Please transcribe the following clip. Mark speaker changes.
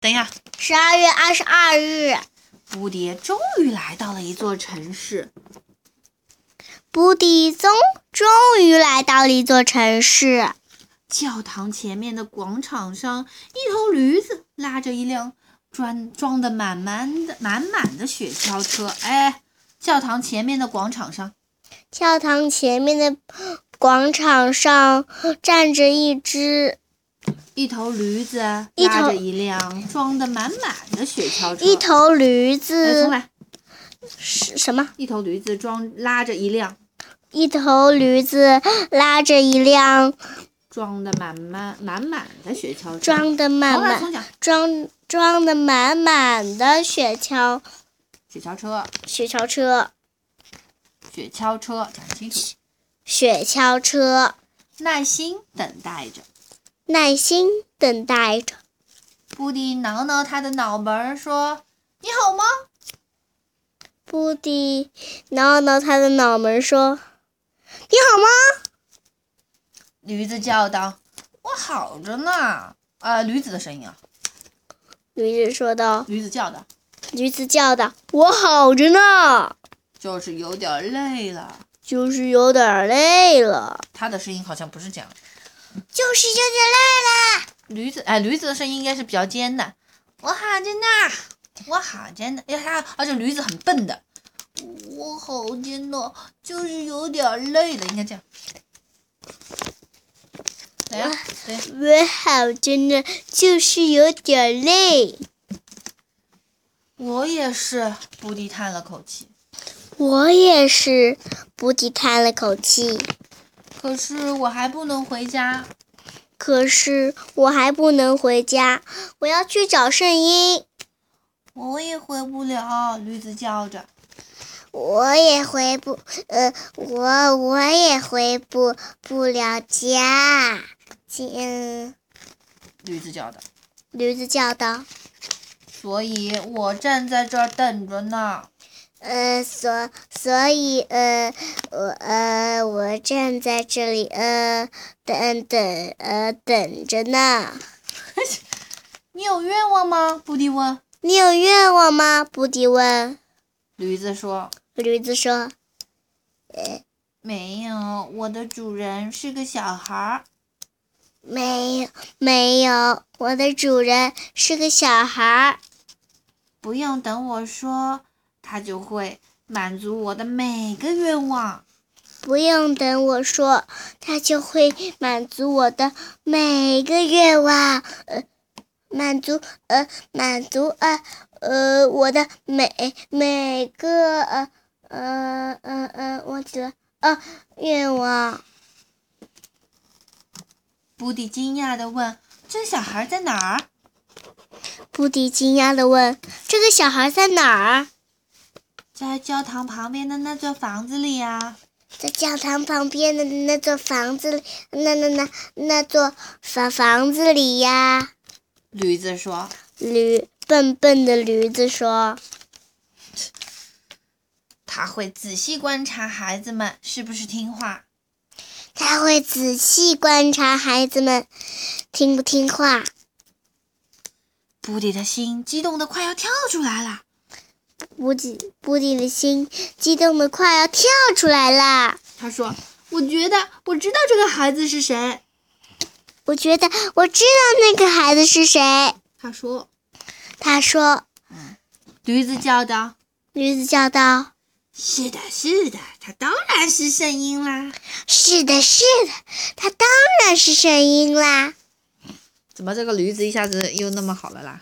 Speaker 1: 等一下，
Speaker 2: 十二月二十二日，
Speaker 1: 蝴蝶终于来到了一座城市。
Speaker 2: 布迪宗终于来到了一座城市。
Speaker 1: 教堂前面的广场上，一头驴子拉着一辆装装的满满的满满的雪橇车。哎，教堂前面的广场上，
Speaker 2: 教堂前面的广场上站着一只
Speaker 1: 一头驴子
Speaker 2: 一
Speaker 1: 拉
Speaker 2: 头
Speaker 1: 着一辆装的满满的雪橇车。
Speaker 2: 一头驴
Speaker 1: 哎，重
Speaker 2: 子，
Speaker 1: 来，
Speaker 2: 是什么？
Speaker 1: 一头驴子装拉着一辆
Speaker 2: 一头驴子拉着一辆
Speaker 1: 装的满满满满的雪橇车。
Speaker 2: 装的满
Speaker 1: 重来，
Speaker 2: 满
Speaker 1: 重讲。
Speaker 2: 装装的满满的雪橇
Speaker 1: 雪橇车，
Speaker 2: 雪橇车
Speaker 1: 雪橇车，讲清楚。
Speaker 2: 雪橇车，
Speaker 1: 耐心等待着。
Speaker 2: 耐心等待着。
Speaker 1: 布丁挠挠他的脑门儿，说：“你好吗
Speaker 2: 布迪挠了挠他的脑门说：“你好吗？？”
Speaker 1: 驴子叫道：“我好着呢。”啊，驴子的声音啊，？”
Speaker 2: 驴子说道。
Speaker 1: 驴子叫的，
Speaker 2: 驴子叫道：“我好着呢，
Speaker 1: 就是有点累了。
Speaker 2: 就是有点累了，
Speaker 1: 它的声音好像不是这样。
Speaker 2: 就是有点
Speaker 1: 驴子，哎，驴子的声音应该是比较尖的。我好着呢，我好着呢。哎，它而且驴子很笨的。我好着呢，就是有点累了，应该这样。等一下，等一下。
Speaker 2: 累了。我好着呢，就是有点累。
Speaker 1: 我也是，布丁叹了口气。
Speaker 2: 我也是。”布迪叹了口气。
Speaker 1: 可是我还不能回家，
Speaker 2: 可是我还不能回家，我要去找圣婴。
Speaker 1: 我也回不了。驴子叫着，
Speaker 2: 我也回不，呃，我我也回不不了家。嗯，
Speaker 1: 驴子叫的。
Speaker 2: 驴子叫道。
Speaker 1: 所以我站在这儿等着呢。
Speaker 2: 呃，所所以呃，我呃，我站在这里呃，等等呃，等着呢。
Speaker 1: 你有愿望吗？布丁问。
Speaker 2: 你有愿望吗？布迪问。
Speaker 1: 驴子说
Speaker 2: 驴子说。：“
Speaker 1: 没有，我的主人是个小孩儿。
Speaker 2: 没有，没有，我的主人是个小孩儿，
Speaker 1: 不用等我说，他就会满足我的每个愿望。
Speaker 2: 不用等呃我说，他就会满足我的每个愿望，呃，满足呃满足呃呃我的每呃每个呃呃呃呃忘记了呃愿望。”
Speaker 1: 布丁惊讶地问：“这小孩在哪儿？”
Speaker 2: 布迪惊讶地问：“这个小孩在哪儿？”
Speaker 1: 在教堂旁边的那座房子里呀、
Speaker 2: 在教堂旁边的那座房子里，那那那那座房房子里呀。
Speaker 1: 驴子说。
Speaker 2: 驴笨笨的驴子说
Speaker 1: 他会仔细观察孩子们是不是听话。：“
Speaker 2: 他会仔细观察孩子们听不听话。
Speaker 1: 布迪的心激动的快要跳出来了。”
Speaker 2: 布迪布迪的心激动的快要跳出来啦！
Speaker 1: 他说：“我觉得我知道这个孩子是谁。
Speaker 2: 我觉得我知道那个孩子是谁。”
Speaker 1: 他说。
Speaker 2: 他说
Speaker 1: 驴子叫道：“
Speaker 2: 驴子叫道：“
Speaker 1: 是的，是的，他当然是圣婴啦。
Speaker 2: 是的，是的，他当然是声音啦。”
Speaker 1: 怎么这个驴子一下子又那么好了啦？